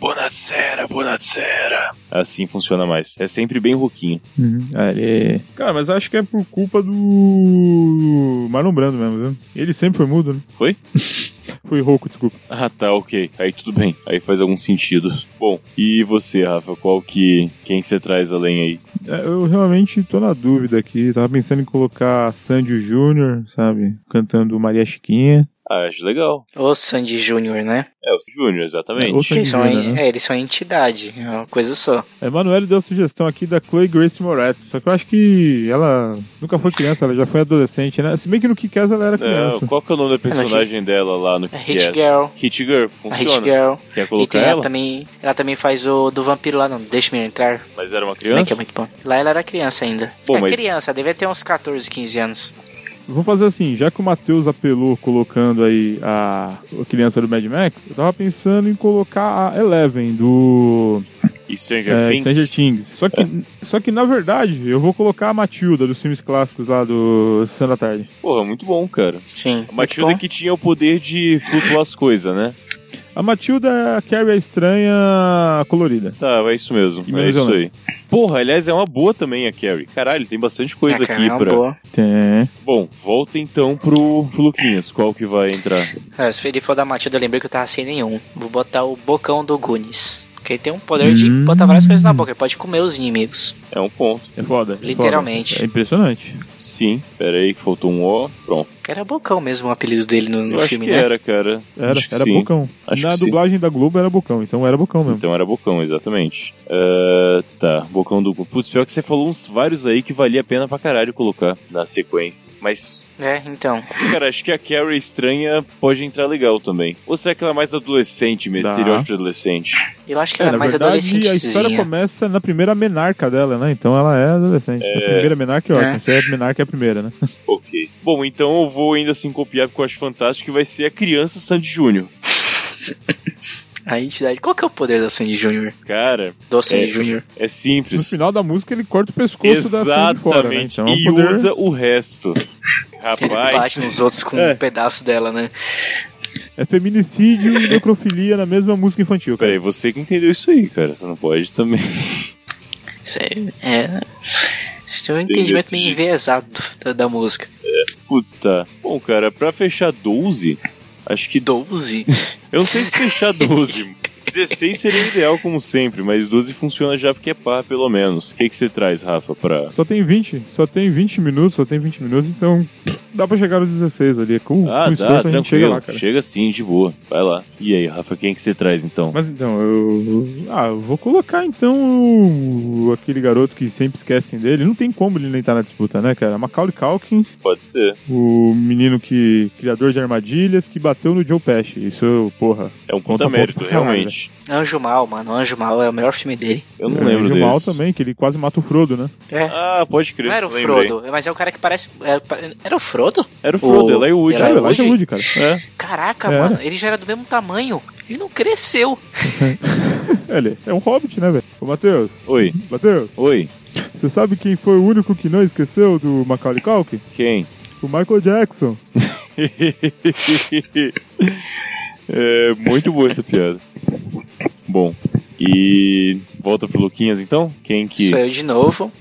[SPEAKER 2] Bonacera, bonacera. Assim funciona mais. É sempre bem Roquinho.
[SPEAKER 1] Ah, ele... Cara, mas acho que é por culpa do Marlon Brando mesmo, viu? Ele sempre foi mudo, né?
[SPEAKER 2] Foi?
[SPEAKER 1] foi rouco, desculpa.
[SPEAKER 2] Ah, tá, ok. Aí tudo bem. Aí faz algum sentido. Bom, e você, Rafa? Qual que. Quem que você traz além aí?
[SPEAKER 1] É, Eu realmente tô na dúvida aqui. Tava pensando em colocar Sandy Júnior, sabe? Cantando Maria Chiquinha.
[SPEAKER 2] Ah, acho legal.
[SPEAKER 3] O Sandy Jr., né?
[SPEAKER 2] É o Júnior, exatamente.
[SPEAKER 1] É, outro-
[SPEAKER 3] Que eles são,
[SPEAKER 1] Entendi, né?
[SPEAKER 3] é, eles são entidade, é uma coisa só.
[SPEAKER 1] Emanuele deu a sugestão aqui da Chloe Grace Moretz. Só que eu acho que ela nunca foi criança, ela já foi adolescente, né? Se bem que no Kikaz ela era
[SPEAKER 2] Não,
[SPEAKER 1] criança.
[SPEAKER 2] qual que é o nome da personagem dela lá no
[SPEAKER 3] É
[SPEAKER 2] que
[SPEAKER 3] Hit
[SPEAKER 2] é?
[SPEAKER 3] Girl.
[SPEAKER 2] Hit Girl,
[SPEAKER 3] a Hit
[SPEAKER 2] funciona.
[SPEAKER 3] Girl.
[SPEAKER 2] Quer
[SPEAKER 3] E
[SPEAKER 2] colocar
[SPEAKER 3] tem ela
[SPEAKER 2] ela?
[SPEAKER 3] também. Ela também faz o do vampiro lá, não. Deixa-me entrar.
[SPEAKER 2] Mas era uma
[SPEAKER 3] Também
[SPEAKER 2] criança?
[SPEAKER 3] que é muito bom. Lá ela era criança ainda.
[SPEAKER 2] Pô,
[SPEAKER 3] é
[SPEAKER 2] mas-
[SPEAKER 3] criança, devia ter uns 14, 15 anos.
[SPEAKER 1] Vamos fazer assim, já que o Matheus apelou colocando aí a, a criança do Mad Max, eu tava pensando em colocar a Eleven do
[SPEAKER 2] E Stranger
[SPEAKER 1] é,
[SPEAKER 2] Things? É.
[SPEAKER 1] Stranger Things. Só que, só que na verdade eu vou colocar a Matilda dos filmes clássicos lá do Sessão da Tarde.
[SPEAKER 2] Porra, muito bom, cara.
[SPEAKER 3] Sim.
[SPEAKER 2] A
[SPEAKER 3] muito
[SPEAKER 2] Matilda
[SPEAKER 3] bom.
[SPEAKER 2] que tinha o poder de flutuar as coisas, né?
[SPEAKER 1] A Matilda é a Carrie a estranha colorida.
[SPEAKER 2] Tá, é isso mesmo.
[SPEAKER 1] Que
[SPEAKER 2] É
[SPEAKER 1] mais ou
[SPEAKER 2] isso aí. Porra, aliás, é uma boa também a Carrie. Caralho, tem bastante coisa
[SPEAKER 3] Ah, cara,
[SPEAKER 2] aqui
[SPEAKER 3] é uma
[SPEAKER 2] pra.
[SPEAKER 3] boa.
[SPEAKER 1] Tem.
[SPEAKER 2] Bom, volta então pro, pro Luquinhas. Qual que vai entrar?
[SPEAKER 3] Ah, se ele for da Matilda, eu lembrei que eu tava sem nenhum. Vou botar o bocão do Gunis. Porque ele tem um poder de
[SPEAKER 1] Hum.
[SPEAKER 3] botar várias coisas na boca. Ele pode comer os inimigos.
[SPEAKER 2] É um ponto.
[SPEAKER 1] É foda. é foda.
[SPEAKER 3] Literalmente.
[SPEAKER 1] É impressionante.
[SPEAKER 2] Sim. Pera aí, que faltou um O. Pronto.
[SPEAKER 3] Era bocão mesmo o apelido dele no, no
[SPEAKER 2] Eu acho
[SPEAKER 3] filme,
[SPEAKER 2] que
[SPEAKER 3] né?
[SPEAKER 2] era, cara.
[SPEAKER 1] Era,
[SPEAKER 2] acho que
[SPEAKER 1] era
[SPEAKER 2] sim.
[SPEAKER 1] bocão.
[SPEAKER 2] Acho
[SPEAKER 1] Na
[SPEAKER 2] que sim.
[SPEAKER 1] dublagem da Globo era bocão, então era bocão mesmo.
[SPEAKER 2] Então era Bocão, exatamente. Ah, tá, Bocão do Gugu. Putz, pior que você falou uns vários aí que valia a pena pra caralho colocar na sequência. Mas,
[SPEAKER 3] É, então.
[SPEAKER 2] cara, acho que a Carrie estranha pode entrar legal também. Ou será que ela é mais adolescente mesmo?
[SPEAKER 1] Dá.
[SPEAKER 2] Estereótipo de adolescente.
[SPEAKER 3] Eu acho que
[SPEAKER 1] É,
[SPEAKER 3] era
[SPEAKER 1] na
[SPEAKER 3] mais
[SPEAKER 1] verdade, a história
[SPEAKER 3] adolescentezinha.
[SPEAKER 1] começa na primeira menarca dela, né? Então ela é adolescente. A primeira menarca é
[SPEAKER 3] É.
[SPEAKER 1] ótimo. Se é menarca, é a primeira, né?
[SPEAKER 2] Ok. Bom, então eu vou ainda assim copiar porque eu acho fantástico que vai ser a criança Sandy Júnior.
[SPEAKER 3] A entidade. Qual que é o poder da Sandy Júnior?
[SPEAKER 2] Cara,
[SPEAKER 3] Do Sandy
[SPEAKER 2] É.
[SPEAKER 3] Júnior.
[SPEAKER 2] é
[SPEAKER 1] No
[SPEAKER 2] simples.
[SPEAKER 1] final da música, ele corta o pescoço da Sandy
[SPEAKER 2] Exatamente.
[SPEAKER 1] fora, né? Então, é um
[SPEAKER 2] e
[SPEAKER 1] poder-
[SPEAKER 2] usa o resto.
[SPEAKER 3] Ele bate
[SPEAKER 2] Rapaz.
[SPEAKER 3] nos outros com
[SPEAKER 1] É.
[SPEAKER 3] um pedaço dela, né?
[SPEAKER 1] É feminicídio e necrofilia na mesma música infantil, cara.
[SPEAKER 2] Peraí, você que entendeu isso aí, cara. Você não pode também.
[SPEAKER 3] Isso é. é... Isso tem um
[SPEAKER 2] Entendi
[SPEAKER 3] entendimento
[SPEAKER 2] esse
[SPEAKER 3] meio
[SPEAKER 2] jeito.
[SPEAKER 3] enviesado da, da música.
[SPEAKER 2] Puta. Bom, cara, pra fechar 12, acho que.
[SPEAKER 3] 12?
[SPEAKER 2] Eu não sei se fechar 12. 16 seria o ideal, como sempre, mas 12 funciona já porque é par, pelo menos. O que, que você traz, Rafa, pra.
[SPEAKER 1] Só tem 20, só tem 20 minutos, só tem 20 minutos, então dá pra chegar nos 16 ali. Com,
[SPEAKER 2] Ah,
[SPEAKER 1] com
[SPEAKER 2] dá,
[SPEAKER 1] esforço a
[SPEAKER 2] tranquilo.
[SPEAKER 1] gente chega lá, cara.
[SPEAKER 2] Chega sim, de boa. Vai lá. E aí, Rafa, quem que você traz então?
[SPEAKER 1] Mas então, eu. Ah, eu vou colocar então o- aquele garoto que sempre esquecem dele. Não tem como ele nem estar na disputa, né, cara? Macaulay Culkin,
[SPEAKER 2] Pode ser.
[SPEAKER 1] o menino que. criador de armadilhas, que bateu no Joe Pesci. Isso, porra.
[SPEAKER 2] É um puta
[SPEAKER 1] Conta
[SPEAKER 2] mérito,
[SPEAKER 1] pouco pra caralho.
[SPEAKER 2] realmente.
[SPEAKER 3] Anjo Mal, mano. Anjo Mal é o melhor filme dele.
[SPEAKER 2] Eu não
[SPEAKER 1] É,
[SPEAKER 2] lembro
[SPEAKER 1] e o
[SPEAKER 2] desse.
[SPEAKER 1] mal também, que ele quase mata o Frodo, né?
[SPEAKER 3] É.
[SPEAKER 2] Ah, pode crer.
[SPEAKER 3] Não era o
[SPEAKER 2] lembrei.
[SPEAKER 3] Frodo, mas é o cara que parece. Era, era o Frodo?
[SPEAKER 2] Era o Frodo,
[SPEAKER 3] O-
[SPEAKER 2] ela e o Woody.
[SPEAKER 3] Era
[SPEAKER 1] Ah,
[SPEAKER 3] o
[SPEAKER 1] o Elijah Wood,
[SPEAKER 3] Woody?
[SPEAKER 1] cara.
[SPEAKER 2] É.
[SPEAKER 3] Caraca,
[SPEAKER 1] Era.
[SPEAKER 3] mano, ele já era do mesmo tamanho. Ele não cresceu.
[SPEAKER 1] Ele é um hobbit, né, velho? Ô, Matheus,
[SPEAKER 2] Oi,
[SPEAKER 1] Matheus,
[SPEAKER 2] oi.
[SPEAKER 1] você sabe quem foi o único que não esqueceu do Macaulay Culkin?
[SPEAKER 2] Quem?
[SPEAKER 1] O Michael Jackson.
[SPEAKER 2] é muito boa essa piada. Bom, e volta pro Luquinhas então? Quem que.
[SPEAKER 3] Sou eu de novo.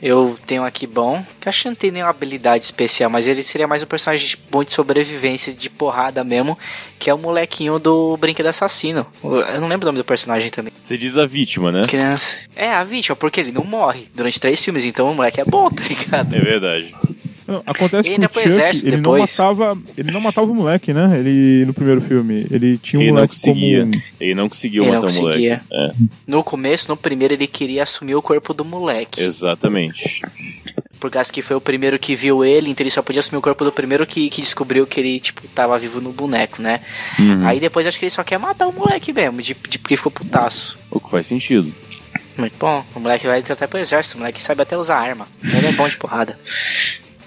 [SPEAKER 3] Eu tenho aqui bom. Que eu acho que não tem nenhuma habilidade especial, mas ele seria mais um personagem de- bom de sobrevivência, de porrada mesmo, que é o molequinho do Brinquedo Assassino. Eu não lembro o nome do personagem também.
[SPEAKER 2] Você diz a vítima, né?
[SPEAKER 3] Criança. É, a vítima, porque ele não morre durante três filmes, então o moleque é bom, tá ligado?
[SPEAKER 2] É verdade.
[SPEAKER 1] Não, acontece
[SPEAKER 3] Ele
[SPEAKER 1] que
[SPEAKER 3] ainda
[SPEAKER 1] o
[SPEAKER 3] foi
[SPEAKER 1] Chuck,
[SPEAKER 3] exército
[SPEAKER 1] ele não
[SPEAKER 3] depois.
[SPEAKER 1] matava, ele não matava o moleque, né? Ele no primeiro filme, ele tinha um
[SPEAKER 2] Ele não
[SPEAKER 1] moleque
[SPEAKER 2] conseguia.
[SPEAKER 1] como
[SPEAKER 2] Ele não conseguiu
[SPEAKER 3] Ele não
[SPEAKER 2] matar o moleque.
[SPEAKER 3] conseguia.
[SPEAKER 1] é.
[SPEAKER 3] No começo, no primeiro, ele queria assumir o corpo do moleque.
[SPEAKER 2] Exatamente.
[SPEAKER 3] Por causa que foi o primeiro que viu ele, então ele só podia assumir o corpo do primeiro que, que descobriu que ele, tipo, tava vivo no boneco, né?
[SPEAKER 1] Hum.
[SPEAKER 2] Uhum.
[SPEAKER 3] Aí depois acho que ele só quer matar o moleque mesmo, de, de- porque ficou putaço.
[SPEAKER 2] O que faz sentido.
[SPEAKER 3] Muito bom. O moleque vai até pro exército, o moleque sabe até usar arma. Ele é bom de porrada.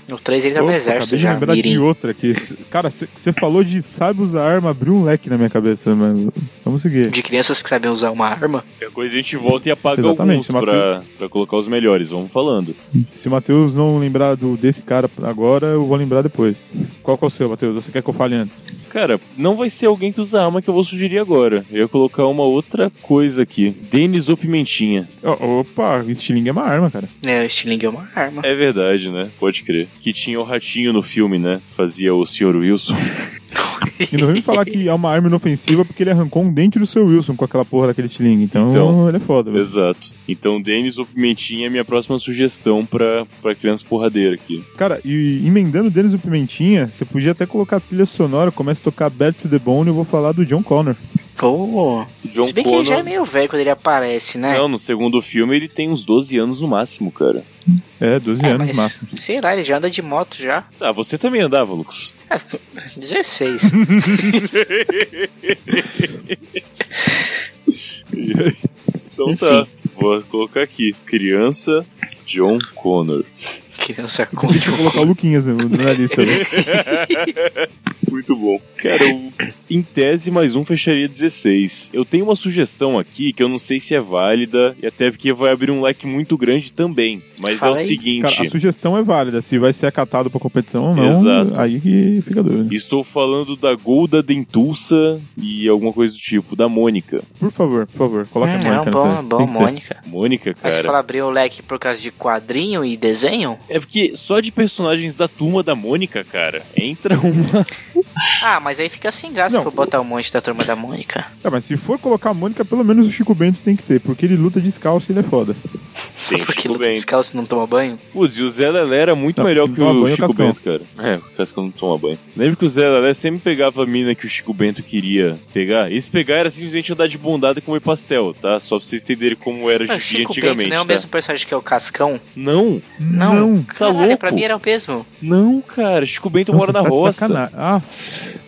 [SPEAKER 3] No 3 ele tá no
[SPEAKER 1] Opa,
[SPEAKER 3] exército
[SPEAKER 1] acabei
[SPEAKER 3] já,
[SPEAKER 1] de lembrar de
[SPEAKER 3] mirim.
[SPEAKER 1] outra aqui. Cara, você falou de sabe usar arma, abriu um leque na minha cabeça, mas vamos seguir.
[SPEAKER 3] De crianças que sabem usar uma arma.
[SPEAKER 2] Qualquer coisa a gente volta e apaga
[SPEAKER 1] Exatamente,
[SPEAKER 2] alguns pra, pra colocar os melhores. Vamos falando.
[SPEAKER 1] Se o Matheus não lembrar do, desse cara agora, eu vou lembrar depois. Qual que é o seu, Matheus? Você quer que eu fale antes?
[SPEAKER 2] Cara, não vai ser alguém que usa arma que eu vou sugerir agora. Eu ia colocar uma outra coisa aqui. Denis ou Pimentinha.
[SPEAKER 1] Ó, Opa, estilingue é uma arma, cara.
[SPEAKER 3] É, o estilingue é uma arma.
[SPEAKER 2] É verdade, né? Pode crer. Que tinha o ratinho no filme, né? Fazia o Sr. Wilson.
[SPEAKER 1] E não vem me falar que é uma arma inofensiva porque ele arrancou um dente do seu Wilson com aquela porra daquele estilingue. Então,
[SPEAKER 2] Então.
[SPEAKER 1] ele é foda, velho.
[SPEAKER 2] Exato. Então, Denis ou Pimentinha é minha próxima sugestão pra, pra criança porradeira aqui.
[SPEAKER 1] Cara, e emendando Denis o Pimentinha, você podia até colocar a trilha sonora, começa a tocar Bad to the Bone e eu vou falar do John Connor.
[SPEAKER 3] Pô.
[SPEAKER 2] John
[SPEAKER 1] um
[SPEAKER 3] Se bem que
[SPEAKER 2] Connor...
[SPEAKER 3] ele já é meio velho quando ele aparece, né?
[SPEAKER 2] Não, no segundo filme ele tem uns 12 anos no máximo, cara.
[SPEAKER 1] É, 12
[SPEAKER 3] É,
[SPEAKER 1] anos
[SPEAKER 3] mas,
[SPEAKER 1] máximo.
[SPEAKER 3] sei lá, ele já anda de moto já.
[SPEAKER 2] Ah, você também andava, Lucas.
[SPEAKER 3] Ah, 16.
[SPEAKER 2] Então tá. Vou colocar aqui. Criança John Connor.
[SPEAKER 3] Criança com um.
[SPEAKER 1] Deixa eu colocar o Luquinhas no- na lista. né?
[SPEAKER 2] Muito bom. Cara, o- em tese, mais um fecharia 16. Eu tenho uma sugestão aqui que eu não sei se é válida e até porque vai abrir um leque muito grande também. Mas
[SPEAKER 3] Fala
[SPEAKER 2] é
[SPEAKER 3] aí.
[SPEAKER 2] o seguinte.
[SPEAKER 1] Cara, a sugestão é válida. Se vai ser acatado pra competição ou não,
[SPEAKER 2] Exato.
[SPEAKER 1] aí que fica né? dúvida.
[SPEAKER 2] Estou falando da Golda Dentulsa e alguma coisa do tipo, da Mônica.
[SPEAKER 1] Por favor, por favor, coloca
[SPEAKER 3] Hum,
[SPEAKER 1] a
[SPEAKER 3] não,
[SPEAKER 1] Mônica.
[SPEAKER 3] bom,
[SPEAKER 1] nessa.
[SPEAKER 3] bom,
[SPEAKER 1] Tem que ter.
[SPEAKER 3] Mônica.
[SPEAKER 2] Mônica,
[SPEAKER 3] Mas você
[SPEAKER 2] cara.
[SPEAKER 3] fala abrir o leque por causa de quadrinho e desenho?
[SPEAKER 2] É porque só de personagens da turma da Mônica, cara, entra um uma.
[SPEAKER 3] Ah, mas aí fica sem graça
[SPEAKER 1] Não,
[SPEAKER 3] pra eu botar um monte da turma da Mônica.
[SPEAKER 1] Tá, mas se for colocar a Mônica, pelo menos o Chico Bento tem que ter, porque ele luta descalço e ele é foda.
[SPEAKER 3] Só
[SPEAKER 2] Sim,
[SPEAKER 3] porque
[SPEAKER 2] tudo
[SPEAKER 3] luta
[SPEAKER 2] bem.
[SPEAKER 3] descalço e não toma banho?
[SPEAKER 2] Putz, e o Zé Lelé era muito
[SPEAKER 1] Não,
[SPEAKER 2] melhor
[SPEAKER 1] não
[SPEAKER 2] que
[SPEAKER 1] toma
[SPEAKER 2] o
[SPEAKER 1] banho,
[SPEAKER 2] Chico
[SPEAKER 1] Cascão.
[SPEAKER 2] Bento, cara. É, o Cascão não toma banho. Lembra que o Zé Lelé sempre pegava a mina que o Chico Bento queria pegar? Esse pegar era simplesmente andar de bondade e comer pastel, tá? Só pra vocês entenderem como era
[SPEAKER 3] Não,
[SPEAKER 2] gibi
[SPEAKER 3] Chico Bento
[SPEAKER 2] antigamente.
[SPEAKER 3] não é o
[SPEAKER 2] tá?
[SPEAKER 3] mesmo personagem que é o Cascão?
[SPEAKER 1] Tá
[SPEAKER 2] Não,
[SPEAKER 3] Não, Caralho,
[SPEAKER 2] louco?
[SPEAKER 3] pra mim era o mesmo.
[SPEAKER 2] não, cara. Chico Bento
[SPEAKER 1] Nossa,
[SPEAKER 2] mora na
[SPEAKER 1] tá de
[SPEAKER 2] roça.
[SPEAKER 1] sacanagem. Ah,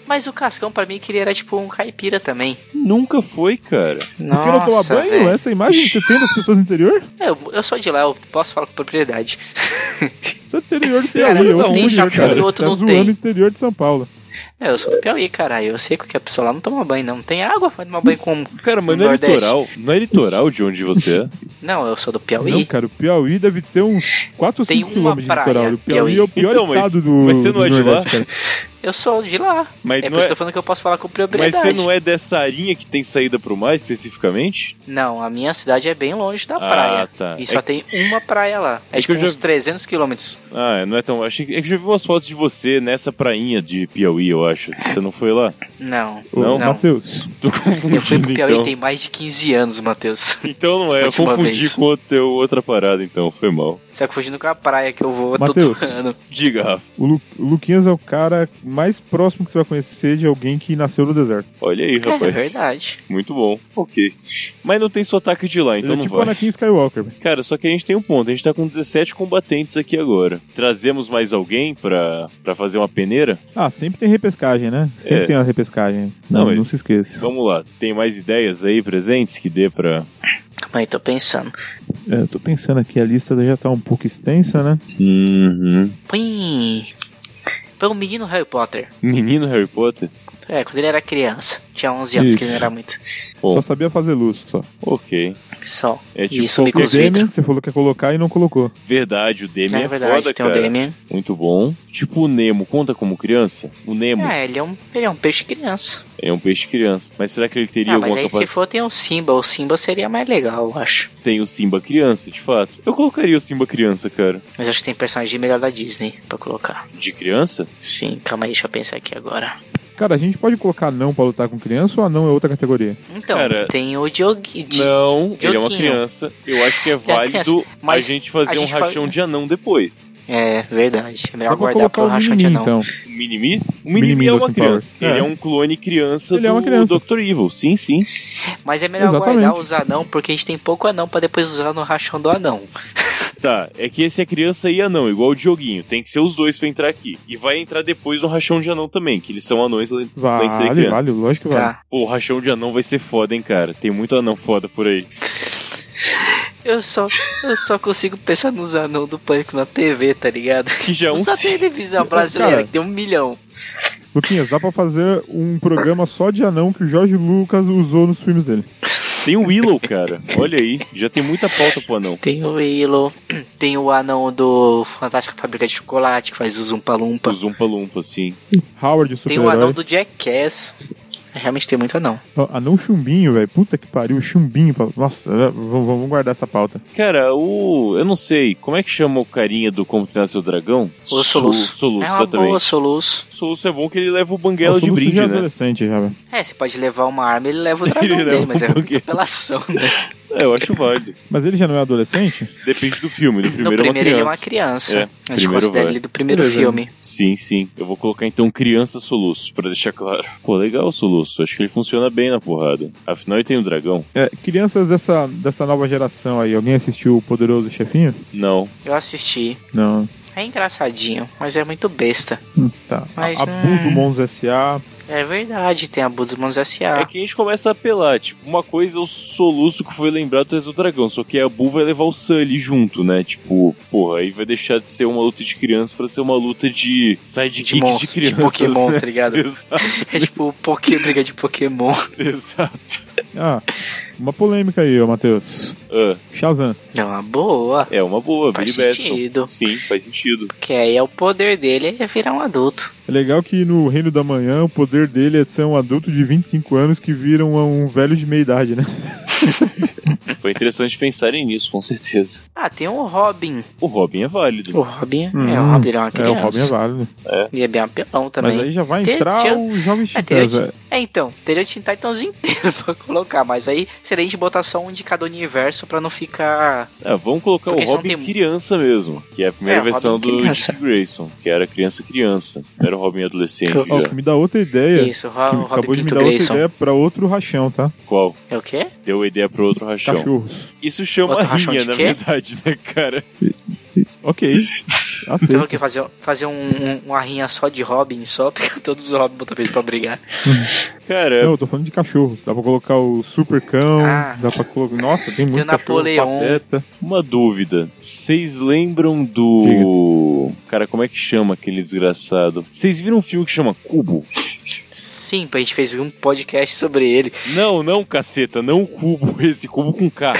[SPEAKER 3] Mas o Cascão pra mim que ele era tipo um caipira também.
[SPEAKER 2] Nunca foi, cara.
[SPEAKER 1] por que não tomar
[SPEAKER 3] Nossa,
[SPEAKER 1] banho? é?
[SPEAKER 3] velho. É,
[SPEAKER 1] Essa é imagem que você tem das pessoas do interior?
[SPEAKER 3] Eu, eu sou de lá, eu posso falar com propriedade.
[SPEAKER 1] Isso é interior do
[SPEAKER 2] Cara,
[SPEAKER 1] Piauí,
[SPEAKER 2] não,
[SPEAKER 1] outro
[SPEAKER 2] um
[SPEAKER 1] interior,
[SPEAKER 2] chapéu
[SPEAKER 1] cara.
[SPEAKER 2] e
[SPEAKER 3] outro
[SPEAKER 1] tá
[SPEAKER 3] não
[SPEAKER 1] zoando
[SPEAKER 3] tem.
[SPEAKER 1] o interior de São Paulo.
[SPEAKER 3] É, eu sou do Piauí, caralho. Eu sei que a pessoa lá não toma banho, não. Tem água, vai tomar banho com.
[SPEAKER 2] Cara, mas
[SPEAKER 3] No
[SPEAKER 2] não é
[SPEAKER 3] Nordeste.
[SPEAKER 2] litoral. Não é litoral de onde você é.
[SPEAKER 3] Não, eu sou do
[SPEAKER 1] Não,
[SPEAKER 3] Piauí.
[SPEAKER 1] cara, o Piauí deve ter uns 4 ou
[SPEAKER 3] Tem
[SPEAKER 1] 5
[SPEAKER 3] uma
[SPEAKER 1] quilômetros de
[SPEAKER 3] praia,
[SPEAKER 1] litoral. O Piauí,
[SPEAKER 3] Piauí.
[SPEAKER 1] é o pior
[SPEAKER 2] Então, mas-
[SPEAKER 1] estado do
[SPEAKER 2] mas você não
[SPEAKER 1] do
[SPEAKER 2] é de lá?
[SPEAKER 1] Nordeste, cara.
[SPEAKER 3] Eu sou de lá.
[SPEAKER 2] Mas
[SPEAKER 3] É por
[SPEAKER 2] não
[SPEAKER 3] isso
[SPEAKER 2] é.
[SPEAKER 3] que eu tô falando que eu posso falar com
[SPEAKER 2] Mas
[SPEAKER 3] propriedade.
[SPEAKER 2] você não é dessa arinha que tem saída pro mar especificamente?
[SPEAKER 3] Não, a minha cidade é bem longe da
[SPEAKER 2] Ah,
[SPEAKER 3] praia.
[SPEAKER 2] tá.
[SPEAKER 3] E
[SPEAKER 2] É
[SPEAKER 3] só tem uma praia lá.
[SPEAKER 2] É
[SPEAKER 3] É
[SPEAKER 2] que
[SPEAKER 3] tipo
[SPEAKER 2] eu já-
[SPEAKER 3] uns 300 quilômetros.
[SPEAKER 2] Ah, não é tão. Achei que... É que eu já vi umas fotos de você nessa prainha de Piauí, eu acho. Você não foi lá?
[SPEAKER 3] Não.
[SPEAKER 1] Ô,
[SPEAKER 2] Não?
[SPEAKER 1] Matheus,
[SPEAKER 2] Tô confundindo.
[SPEAKER 3] Eu fui pro Piauí
[SPEAKER 2] então.
[SPEAKER 3] tem mais de 15 anos, Matheus.
[SPEAKER 2] Então não é, eu
[SPEAKER 3] Última
[SPEAKER 2] confundi
[SPEAKER 3] vez.
[SPEAKER 2] com o teu, outra parada, então. Foi mal.
[SPEAKER 3] Você tá confundindo com a praia que eu vou
[SPEAKER 1] Matheus.
[SPEAKER 3] todo ano.
[SPEAKER 2] Diga, Rafa.
[SPEAKER 1] o, Lu- o Luquinhas é o cara mais próximo que você vai conhecer de alguém que nasceu no deserto.
[SPEAKER 2] Olha aí,
[SPEAKER 3] É,
[SPEAKER 2] rapaz.
[SPEAKER 3] verdade.
[SPEAKER 2] Muito bom. Ok. Mas não tem sotaque de lá, então
[SPEAKER 1] Ele é
[SPEAKER 2] não
[SPEAKER 1] tipo
[SPEAKER 2] vai.
[SPEAKER 1] Anakin Skywalker.
[SPEAKER 2] Cara, só que a gente tem um ponto. A gente tá com 17 combatentes aqui agora. Trazemos mais alguém pra, pra fazer uma peneira?
[SPEAKER 1] Ah, sempre tem repescagem, né? Sempre
[SPEAKER 2] É.
[SPEAKER 1] tem uma repescagem.
[SPEAKER 2] Não,
[SPEAKER 1] Não, não,
[SPEAKER 2] mas-
[SPEAKER 1] se esqueça.
[SPEAKER 2] Vamos lá. Tem mais ideias aí presentes que dê pra.
[SPEAKER 3] Calma aí, tô pensando.
[SPEAKER 1] É, eu tô pensando aqui, a lista já tá um pouco extensa, né?
[SPEAKER 2] Uhum.
[SPEAKER 3] Põe. Põe o menino Harry Potter.
[SPEAKER 2] Menino Harry Potter?
[SPEAKER 3] É, quando ele era criança. Tinha 11 anos,
[SPEAKER 1] Ixi.
[SPEAKER 3] que ele não era muito.
[SPEAKER 2] Bom.
[SPEAKER 1] Só sabia fazer luz, só.
[SPEAKER 2] Ok.
[SPEAKER 3] Só.
[SPEAKER 2] É tipo
[SPEAKER 3] Isso, me
[SPEAKER 1] O
[SPEAKER 2] qualquer-
[SPEAKER 3] Inclusive.
[SPEAKER 1] Damien, você falou que ia colocar e não colocou.
[SPEAKER 2] Verdade, o Demi
[SPEAKER 3] Na
[SPEAKER 2] é,
[SPEAKER 3] verdade,
[SPEAKER 2] foda,
[SPEAKER 3] tem um
[SPEAKER 2] cara.
[SPEAKER 3] o Damien.
[SPEAKER 2] Muito bom. Tipo o Nemo, conta como criança? O Nemo
[SPEAKER 3] Ah, ele é um, ele é um peixe criança.
[SPEAKER 2] é um peixe criança. Mas será que ele teria
[SPEAKER 3] Ah, mas
[SPEAKER 2] alguma
[SPEAKER 3] aí
[SPEAKER 2] capacidade?
[SPEAKER 3] se for tem o Simba. O Simba seria mais legal, eu acho.
[SPEAKER 2] Tem o Simba criança, de fato. Eu colocaria o Simba criança, cara.
[SPEAKER 3] Mas acho que tem personagem melhor da Disney pra colocar.
[SPEAKER 2] De criança?
[SPEAKER 3] Sim, calma aí, deixa eu pensar aqui agora.
[SPEAKER 1] Cara, a gente pode colocar anão pra lutar com criança ou anão é outra categoria?
[SPEAKER 3] Então,
[SPEAKER 2] Cara,
[SPEAKER 3] tem o Diogo.
[SPEAKER 2] Não, ele é uma
[SPEAKER 3] Joguinho.
[SPEAKER 2] criança. Eu acho que é válido
[SPEAKER 3] criança,
[SPEAKER 2] a
[SPEAKER 3] mas
[SPEAKER 2] gente fazer
[SPEAKER 3] a
[SPEAKER 2] um
[SPEAKER 3] gente fala-
[SPEAKER 2] rachão de anão depois.
[SPEAKER 3] É, verdade. É melhor
[SPEAKER 1] eu vou colocar
[SPEAKER 3] guardar pro
[SPEAKER 1] o
[SPEAKER 3] Rachante
[SPEAKER 1] Mimimi,
[SPEAKER 3] não.
[SPEAKER 1] então.
[SPEAKER 2] O Minimi? O
[SPEAKER 1] Minimi
[SPEAKER 2] Minimi é uma
[SPEAKER 1] Austin Powers.
[SPEAKER 2] criança. Ele
[SPEAKER 1] É.
[SPEAKER 2] é um clone criança
[SPEAKER 1] Ele
[SPEAKER 2] do
[SPEAKER 1] é uma criança.
[SPEAKER 2] Dr. Evil. Sim, sim.
[SPEAKER 3] Mas é melhor
[SPEAKER 1] Exatamente.
[SPEAKER 3] guardar os anão, porque a gente tem pouco anão pra depois usar no rachão do anão.
[SPEAKER 2] Tá, é que esse é criança e anão, igual o Dioguinho. Tem que ser os dois pra entrar aqui. E vai entrar depois no rachão de anão também, que eles são anões lá lá em ser
[SPEAKER 1] Vale,
[SPEAKER 2] criança.
[SPEAKER 1] vale, lógico que vale.
[SPEAKER 3] Tá.
[SPEAKER 2] Pô, o rachão de anão vai ser foda, hein, cara. Tem muito anão foda por aí.
[SPEAKER 3] Eu só, eu só consigo pensar nos anão do pânico na TV, tá ligado?
[SPEAKER 2] Que já é um
[SPEAKER 3] Só
[SPEAKER 2] sim.
[SPEAKER 3] televisão brasileira,
[SPEAKER 1] Cara.
[SPEAKER 3] que tem um milhão.
[SPEAKER 1] Luquinhas, dá pra fazer um programa só de anão que o Jorge Lucas usou nos filmes dele.
[SPEAKER 2] Tem o Willow, cara. Olha aí. Já tem muita pauta pro anão.
[SPEAKER 3] Tem o Willow, tem o anão do Fantástica Fábrica de Chocolate, que faz o Zumpa Lumpa.
[SPEAKER 2] O Zumpa Lumpa, sim.
[SPEAKER 1] Howard, o
[SPEAKER 3] Tem o anão
[SPEAKER 1] super-herói.
[SPEAKER 3] do Jackass. Realmente tem muito anão.
[SPEAKER 1] Ó, Anão chumbinho, velho. Puta que pariu, chumbinho. pra- Nossa, v- v- vamos guardar essa pauta.
[SPEAKER 2] Cara, o. Eu não sei. Como é que chama o carinha do Como Treinar Seu Dragão?
[SPEAKER 3] O Soluço.
[SPEAKER 2] Su- Soluço,
[SPEAKER 3] é uma
[SPEAKER 2] exatamente.
[SPEAKER 3] boa soluço.
[SPEAKER 2] Soluço é bom que ele leva o
[SPEAKER 1] Nossa,
[SPEAKER 2] banguela
[SPEAKER 1] o
[SPEAKER 2] de
[SPEAKER 1] Lúcio já
[SPEAKER 2] brinde,
[SPEAKER 1] é
[SPEAKER 2] né?
[SPEAKER 1] adolescente já, velho.
[SPEAKER 3] É, você pode levar uma arma e ele leva o
[SPEAKER 2] Ele
[SPEAKER 3] dragão dele,
[SPEAKER 2] leva
[SPEAKER 3] mas é
[SPEAKER 2] um
[SPEAKER 3] muita
[SPEAKER 2] pouquinho.
[SPEAKER 3] apelação, né?
[SPEAKER 2] É, eu acho válido.
[SPEAKER 1] Mas ele já não é adolescente?
[SPEAKER 2] Depende do filme. Do
[SPEAKER 3] No
[SPEAKER 2] primeiro,
[SPEAKER 3] primeiro
[SPEAKER 2] é
[SPEAKER 3] ele é
[SPEAKER 2] uma
[SPEAKER 3] uma
[SPEAKER 2] criança.
[SPEAKER 3] criança.
[SPEAKER 2] É,
[SPEAKER 3] a gente
[SPEAKER 2] primeiro
[SPEAKER 3] considera
[SPEAKER 2] vai.
[SPEAKER 3] ele do primeiro
[SPEAKER 1] Beleza.
[SPEAKER 3] filme.
[SPEAKER 2] Sim, sim. Eu vou colocar então criança soluço, pra deixar claro. Pô, legal o soluço. Acho que ele funciona bem na porrada. Afinal, ele tem o dragão.
[SPEAKER 1] É, crianças dessa, dessa nova geração aí, alguém assistiu o Poderoso Chefinho?
[SPEAKER 2] Não.
[SPEAKER 3] Eu assisti.
[SPEAKER 1] Não.
[SPEAKER 3] É engraçadinho, mas é muito besta.
[SPEAKER 1] Tá.
[SPEAKER 3] Mas,
[SPEAKER 1] Abuso
[SPEAKER 3] hum.
[SPEAKER 1] Mons S.A.
[SPEAKER 3] É verdade, tem a Budmans S.A.
[SPEAKER 2] É que a gente começa a apelar, tipo, uma coisa é o soluço que foi lembrado do do Dragão, só que a Bull vai levar o Sully junto, né? Tipo, porra, aí vai deixar de ser uma luta de criança pra ser uma luta de sidekicks
[SPEAKER 3] de
[SPEAKER 2] de,
[SPEAKER 3] monstro, de
[SPEAKER 2] crianças.
[SPEAKER 3] Pokémon,
[SPEAKER 2] né?
[SPEAKER 3] tá ligado?
[SPEAKER 2] Exato,
[SPEAKER 3] É tipo Poké, briga de Pokémon.
[SPEAKER 2] exato.
[SPEAKER 1] Ah, uma polêmica aí, ô Matheus.
[SPEAKER 2] Ah,
[SPEAKER 1] Shazam.
[SPEAKER 3] É uma boa,
[SPEAKER 2] é uma boa,
[SPEAKER 3] faz
[SPEAKER 2] Billy Batson.
[SPEAKER 3] sentido.
[SPEAKER 2] Sim, faz sentido.
[SPEAKER 3] Porque aí é o poder dele é virar um adulto.
[SPEAKER 1] É legal que no Reino da Manhã o poder dele é ser um adulto de 25 anos que vira um, um velho de meia idade, né?
[SPEAKER 2] Foi interessante pensarem nisso, com certeza.
[SPEAKER 3] Ah, tem o Robin.
[SPEAKER 2] O Robin é válido.
[SPEAKER 3] O Robin é
[SPEAKER 1] Hum,
[SPEAKER 3] o Robin, é uma
[SPEAKER 1] É,
[SPEAKER 3] criança.
[SPEAKER 1] o Robin é válido.
[SPEAKER 3] E é bem apelão
[SPEAKER 1] Mas
[SPEAKER 3] também.
[SPEAKER 1] aí já vai
[SPEAKER 3] Tem-
[SPEAKER 1] entrar
[SPEAKER 3] tinha-
[SPEAKER 1] o Jovem
[SPEAKER 3] É, teria,
[SPEAKER 1] Titãs.
[SPEAKER 3] o
[SPEAKER 1] É,
[SPEAKER 3] Teen- é, então, teria o Teen Titans inteiro pra colocar, mas aí seria a gente botar só um de cada universo pra não ficar.
[SPEAKER 2] É, vamos colocar
[SPEAKER 3] Porque
[SPEAKER 2] o
[SPEAKER 3] só
[SPEAKER 2] Robin
[SPEAKER 3] tem-
[SPEAKER 2] criança mesmo, que é a primeira
[SPEAKER 3] É, o
[SPEAKER 2] versão
[SPEAKER 3] Robin
[SPEAKER 2] do
[SPEAKER 3] criança.
[SPEAKER 2] Dick Grayson, que era criança-criança. Era o Robin adolescente
[SPEAKER 3] Que-
[SPEAKER 1] Ó,
[SPEAKER 2] já.
[SPEAKER 1] que me dá outra ideia.
[SPEAKER 3] Isso, o Ro-
[SPEAKER 1] que
[SPEAKER 3] o Robin
[SPEAKER 1] É. acabou de me
[SPEAKER 3] Pinto
[SPEAKER 1] dar outra
[SPEAKER 3] Grayson.
[SPEAKER 1] ideia pra outro rachão, tá?
[SPEAKER 2] Qual?
[SPEAKER 3] É o quê?
[SPEAKER 2] Deu ideia pro outro rachão.
[SPEAKER 1] Cachorros.
[SPEAKER 2] Isso chama
[SPEAKER 3] Outro rachão
[SPEAKER 2] rinha,
[SPEAKER 3] de
[SPEAKER 2] na
[SPEAKER 3] quê?
[SPEAKER 2] verdade, né, cara?
[SPEAKER 1] Ok.
[SPEAKER 3] Então,
[SPEAKER 1] Aceito.
[SPEAKER 3] que fazer, fazer um, um, uma rinha só de Robin, só porque todos os Robin botam pra eles pra brigar.
[SPEAKER 2] Cara,
[SPEAKER 1] Não, É, eu tô falando de cachorros. Dá pra colocar o Super Cão,
[SPEAKER 3] Ah.
[SPEAKER 1] dá pra colocar. Nossa, tem muito
[SPEAKER 3] o Napoleão.
[SPEAKER 1] cachorro, pateta.
[SPEAKER 2] uma dúvida. Vocês lembram do. Cara, como é que chama aquele desgraçado? Vocês viram um filme que chama Cubo?
[SPEAKER 3] Sim, a gente fez um podcast sobre ele.
[SPEAKER 2] Não, não, caceta, não o Cubo, esse Cubo com K.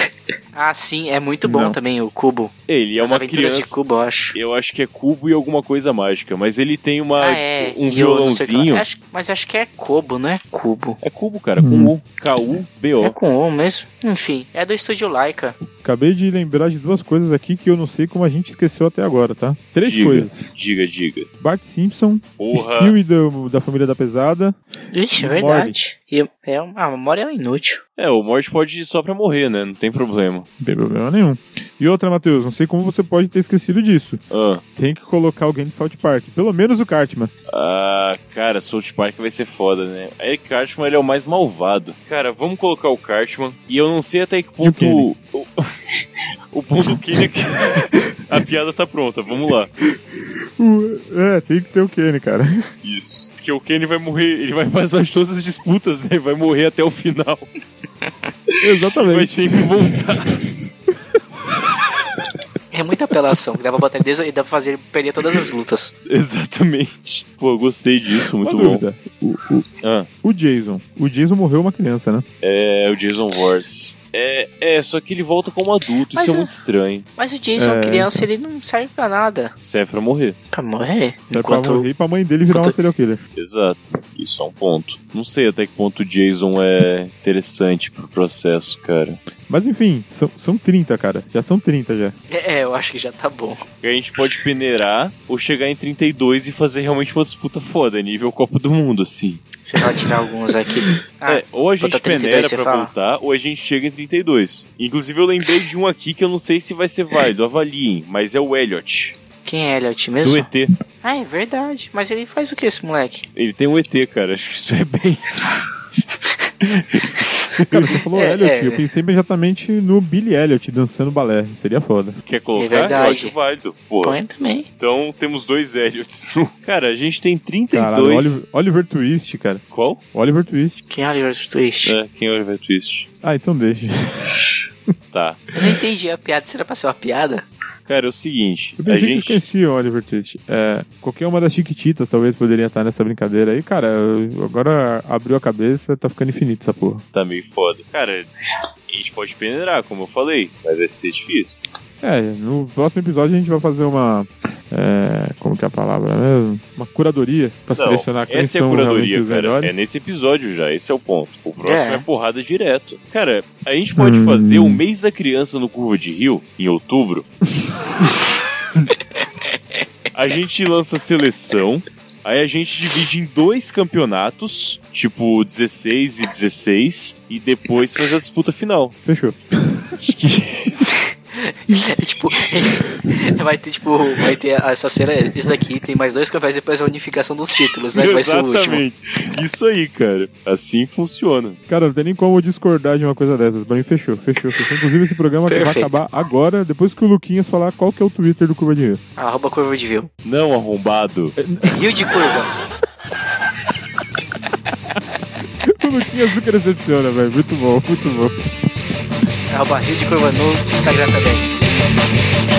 [SPEAKER 3] Ah, sim, é muito bom
[SPEAKER 1] Não.
[SPEAKER 3] também o Cubo.
[SPEAKER 2] Ele é
[SPEAKER 3] As
[SPEAKER 2] uma
[SPEAKER 3] aventuras
[SPEAKER 2] criança.
[SPEAKER 3] de Cubo, eu acho.
[SPEAKER 2] Eu acho que é Cubo e alguma coisa mágica, mas ele tem uma
[SPEAKER 3] Ah, é.
[SPEAKER 2] um
[SPEAKER 3] e o não sei o que lá.
[SPEAKER 2] violãozinho.
[SPEAKER 3] Acho- mas acho que é Cubo, não é Cubo.
[SPEAKER 2] É Cubo, cara, com
[SPEAKER 1] Hum.
[SPEAKER 2] U, K U B
[SPEAKER 3] É
[SPEAKER 2] O.
[SPEAKER 3] com O mesmo? Enfim, é do estúdio Laika.
[SPEAKER 1] Acabei de lembrar de duas coisas aqui que eu não sei como a gente esqueceu até agora, tá? Três
[SPEAKER 2] Diga.
[SPEAKER 1] coisas.
[SPEAKER 2] Diga, diga.
[SPEAKER 1] Bart Simpson,
[SPEAKER 2] Porra.
[SPEAKER 1] Stewie do- da família da pesada.
[SPEAKER 3] Ixi, é
[SPEAKER 1] Morty.
[SPEAKER 3] verdade. E é um- a memória é inútil.
[SPEAKER 2] É, o Morte pode ir só pra morrer, né? Não tem problema.
[SPEAKER 1] Não tem problema nenhum. E outra, Matheus, não sei como você pode ter esquecido disso.
[SPEAKER 2] Ah.
[SPEAKER 1] Tem que colocar alguém de South Park. Pelo menos o Cartman.
[SPEAKER 2] Ah, cara, South Park vai ser foda, né? Aí Cartman ele é o mais malvado. Cara, vamos colocar o Cartman. E eu não sei até que ponto.
[SPEAKER 1] E o
[SPEAKER 2] O, o ponto do Kenny é que. A piada tá pronta, vamos lá.
[SPEAKER 1] Uh, é, tem que ter o Kenny, cara.
[SPEAKER 2] Isso. Porque o Kenny vai morrer, ele vai fazer as todas as disputas, né? Vai morrer até o final. Vai
[SPEAKER 1] Exatamente.
[SPEAKER 2] sempre voltar.
[SPEAKER 3] É muita apelação, que dá pra botar ele desde, dá pra fazer ele perder todas as lutas.
[SPEAKER 2] Exatamente. Pô, eu gostei disso, muito
[SPEAKER 1] Uma
[SPEAKER 2] bom.
[SPEAKER 1] dúvida. O, o-
[SPEAKER 2] Ah.
[SPEAKER 1] o Jason. O Jason morreu uma criança, né?
[SPEAKER 2] É, o Jason Voorhees. É, é, só que ele volta como adulto,
[SPEAKER 3] Mas
[SPEAKER 2] isso é
[SPEAKER 3] é-
[SPEAKER 2] muito estranho.
[SPEAKER 3] Mas o Jason,
[SPEAKER 1] É,
[SPEAKER 3] criança, ele não serve pra nada.
[SPEAKER 2] Serve pra morrer.
[SPEAKER 3] Pra morrer.
[SPEAKER 1] É pra
[SPEAKER 3] Enquanto
[SPEAKER 1] morrer e pra mãe dele virar
[SPEAKER 3] enquanto-
[SPEAKER 1] uma serial killer.
[SPEAKER 2] Exato. Isso é um ponto. Não sei até que ponto o Jason é interessante pro processo, cara.
[SPEAKER 1] Mas enfim, são, são 30, cara. Já são 30 já.
[SPEAKER 3] É, eu acho que já tá bom.
[SPEAKER 2] A gente pode peneirar ou chegar em 32 e fazer realmente uma disputa foda, nível Copa do Mundo, assim.
[SPEAKER 3] Você vai tirar alguns aqui. Ah,
[SPEAKER 2] É, ou a gente
[SPEAKER 3] botar 32
[SPEAKER 2] peneira
[SPEAKER 3] você
[SPEAKER 2] pra
[SPEAKER 3] fala.
[SPEAKER 2] voltar, ou a gente chega em 32. Inclusive, eu lembrei de um aqui que eu não sei se vai ser válido, avaliem, mas é o Elliot,
[SPEAKER 3] Quem é Elliot
[SPEAKER 2] do
[SPEAKER 3] mesmo?
[SPEAKER 2] ET.
[SPEAKER 3] Ah, é verdade. Mas ele faz o que esse moleque?
[SPEAKER 2] Ele tem um ET, cara, acho que isso é bem
[SPEAKER 1] Cara, você falou
[SPEAKER 3] É,
[SPEAKER 1] Elliot.
[SPEAKER 3] é.
[SPEAKER 1] Eu pensei imediatamente no Billy Elliot dançando balé. Seria foda.
[SPEAKER 2] Quer colocar?
[SPEAKER 3] É verdade.
[SPEAKER 2] Eu acho válido. Pô,
[SPEAKER 3] Põe também.
[SPEAKER 2] então temos dois Elliots. Cara, a gente tem 32.
[SPEAKER 1] Caralho, Oliver, Oliver Twist, cara.
[SPEAKER 2] Qual?
[SPEAKER 1] Oliver Twist.
[SPEAKER 3] Quem é Oliver Twist?
[SPEAKER 2] É, quem é Oliver Twist?
[SPEAKER 1] Ah, então deixa.
[SPEAKER 2] Tá.
[SPEAKER 3] Eu não entendi a piada. Será pra ser uma piada?
[SPEAKER 2] Cara, é o seguinte.
[SPEAKER 1] Eu
[SPEAKER 2] A
[SPEAKER 1] pensei que eu
[SPEAKER 2] gente...
[SPEAKER 1] esqueci o Oliver Twist. É, qualquer uma das chiquititas talvez poderia estar nessa brincadeira aí. Cara, eu- agora abriu a cabeça, tá ficando infinito essa porra.
[SPEAKER 2] Tá meio foda. Cara, a gente pode peneirar, como eu falei. Mas vai ser difícil.
[SPEAKER 1] É, no próximo episódio a gente vai fazer uma. é, como que é a palavra mesmo? Uma curadoria pra
[SPEAKER 2] Não,
[SPEAKER 1] selecionar quem
[SPEAKER 2] Essa é a
[SPEAKER 1] são realmente
[SPEAKER 2] curadoria,
[SPEAKER 1] os
[SPEAKER 2] cara.
[SPEAKER 1] melhores.
[SPEAKER 2] É nesse episódio já. Esse é o ponto. O próximo é,
[SPEAKER 3] É.
[SPEAKER 2] porrada direto. Cara, a gente pode
[SPEAKER 1] Hum.
[SPEAKER 2] fazer o mês da criança no Curva de Rio, em outubro. a gente lança a seleção. Aí a gente divide em dois campeonatos, tipo 16 e é- 16, e depois faz a disputa final.
[SPEAKER 1] Fechou.
[SPEAKER 3] É tipo, vai ter, tipo, vai ter essa cena, isso daqui, tem mais dois campeões depois a unificação dos títulos, né? que Vai ser o último.
[SPEAKER 2] Exatamente. Isso aí, cara. Assim funciona.
[SPEAKER 1] Cara, não tem nem como discordar de uma coisa dessas. Pra mim, fechou, fechou, fechou. Inclusive, esse programa vai
[SPEAKER 3] Perfeito.
[SPEAKER 1] acabar agora, depois que o Luquinhas falar qual que é o Twitter do Curva de Rio.
[SPEAKER 3] Arroba curva de view.
[SPEAKER 2] Não arrombado.
[SPEAKER 3] É Rio de curva.
[SPEAKER 1] O Luquinhas nunca decepciona, velho. Muito bom, muito bom.
[SPEAKER 3] Arroba Rio de curva no Instagram também.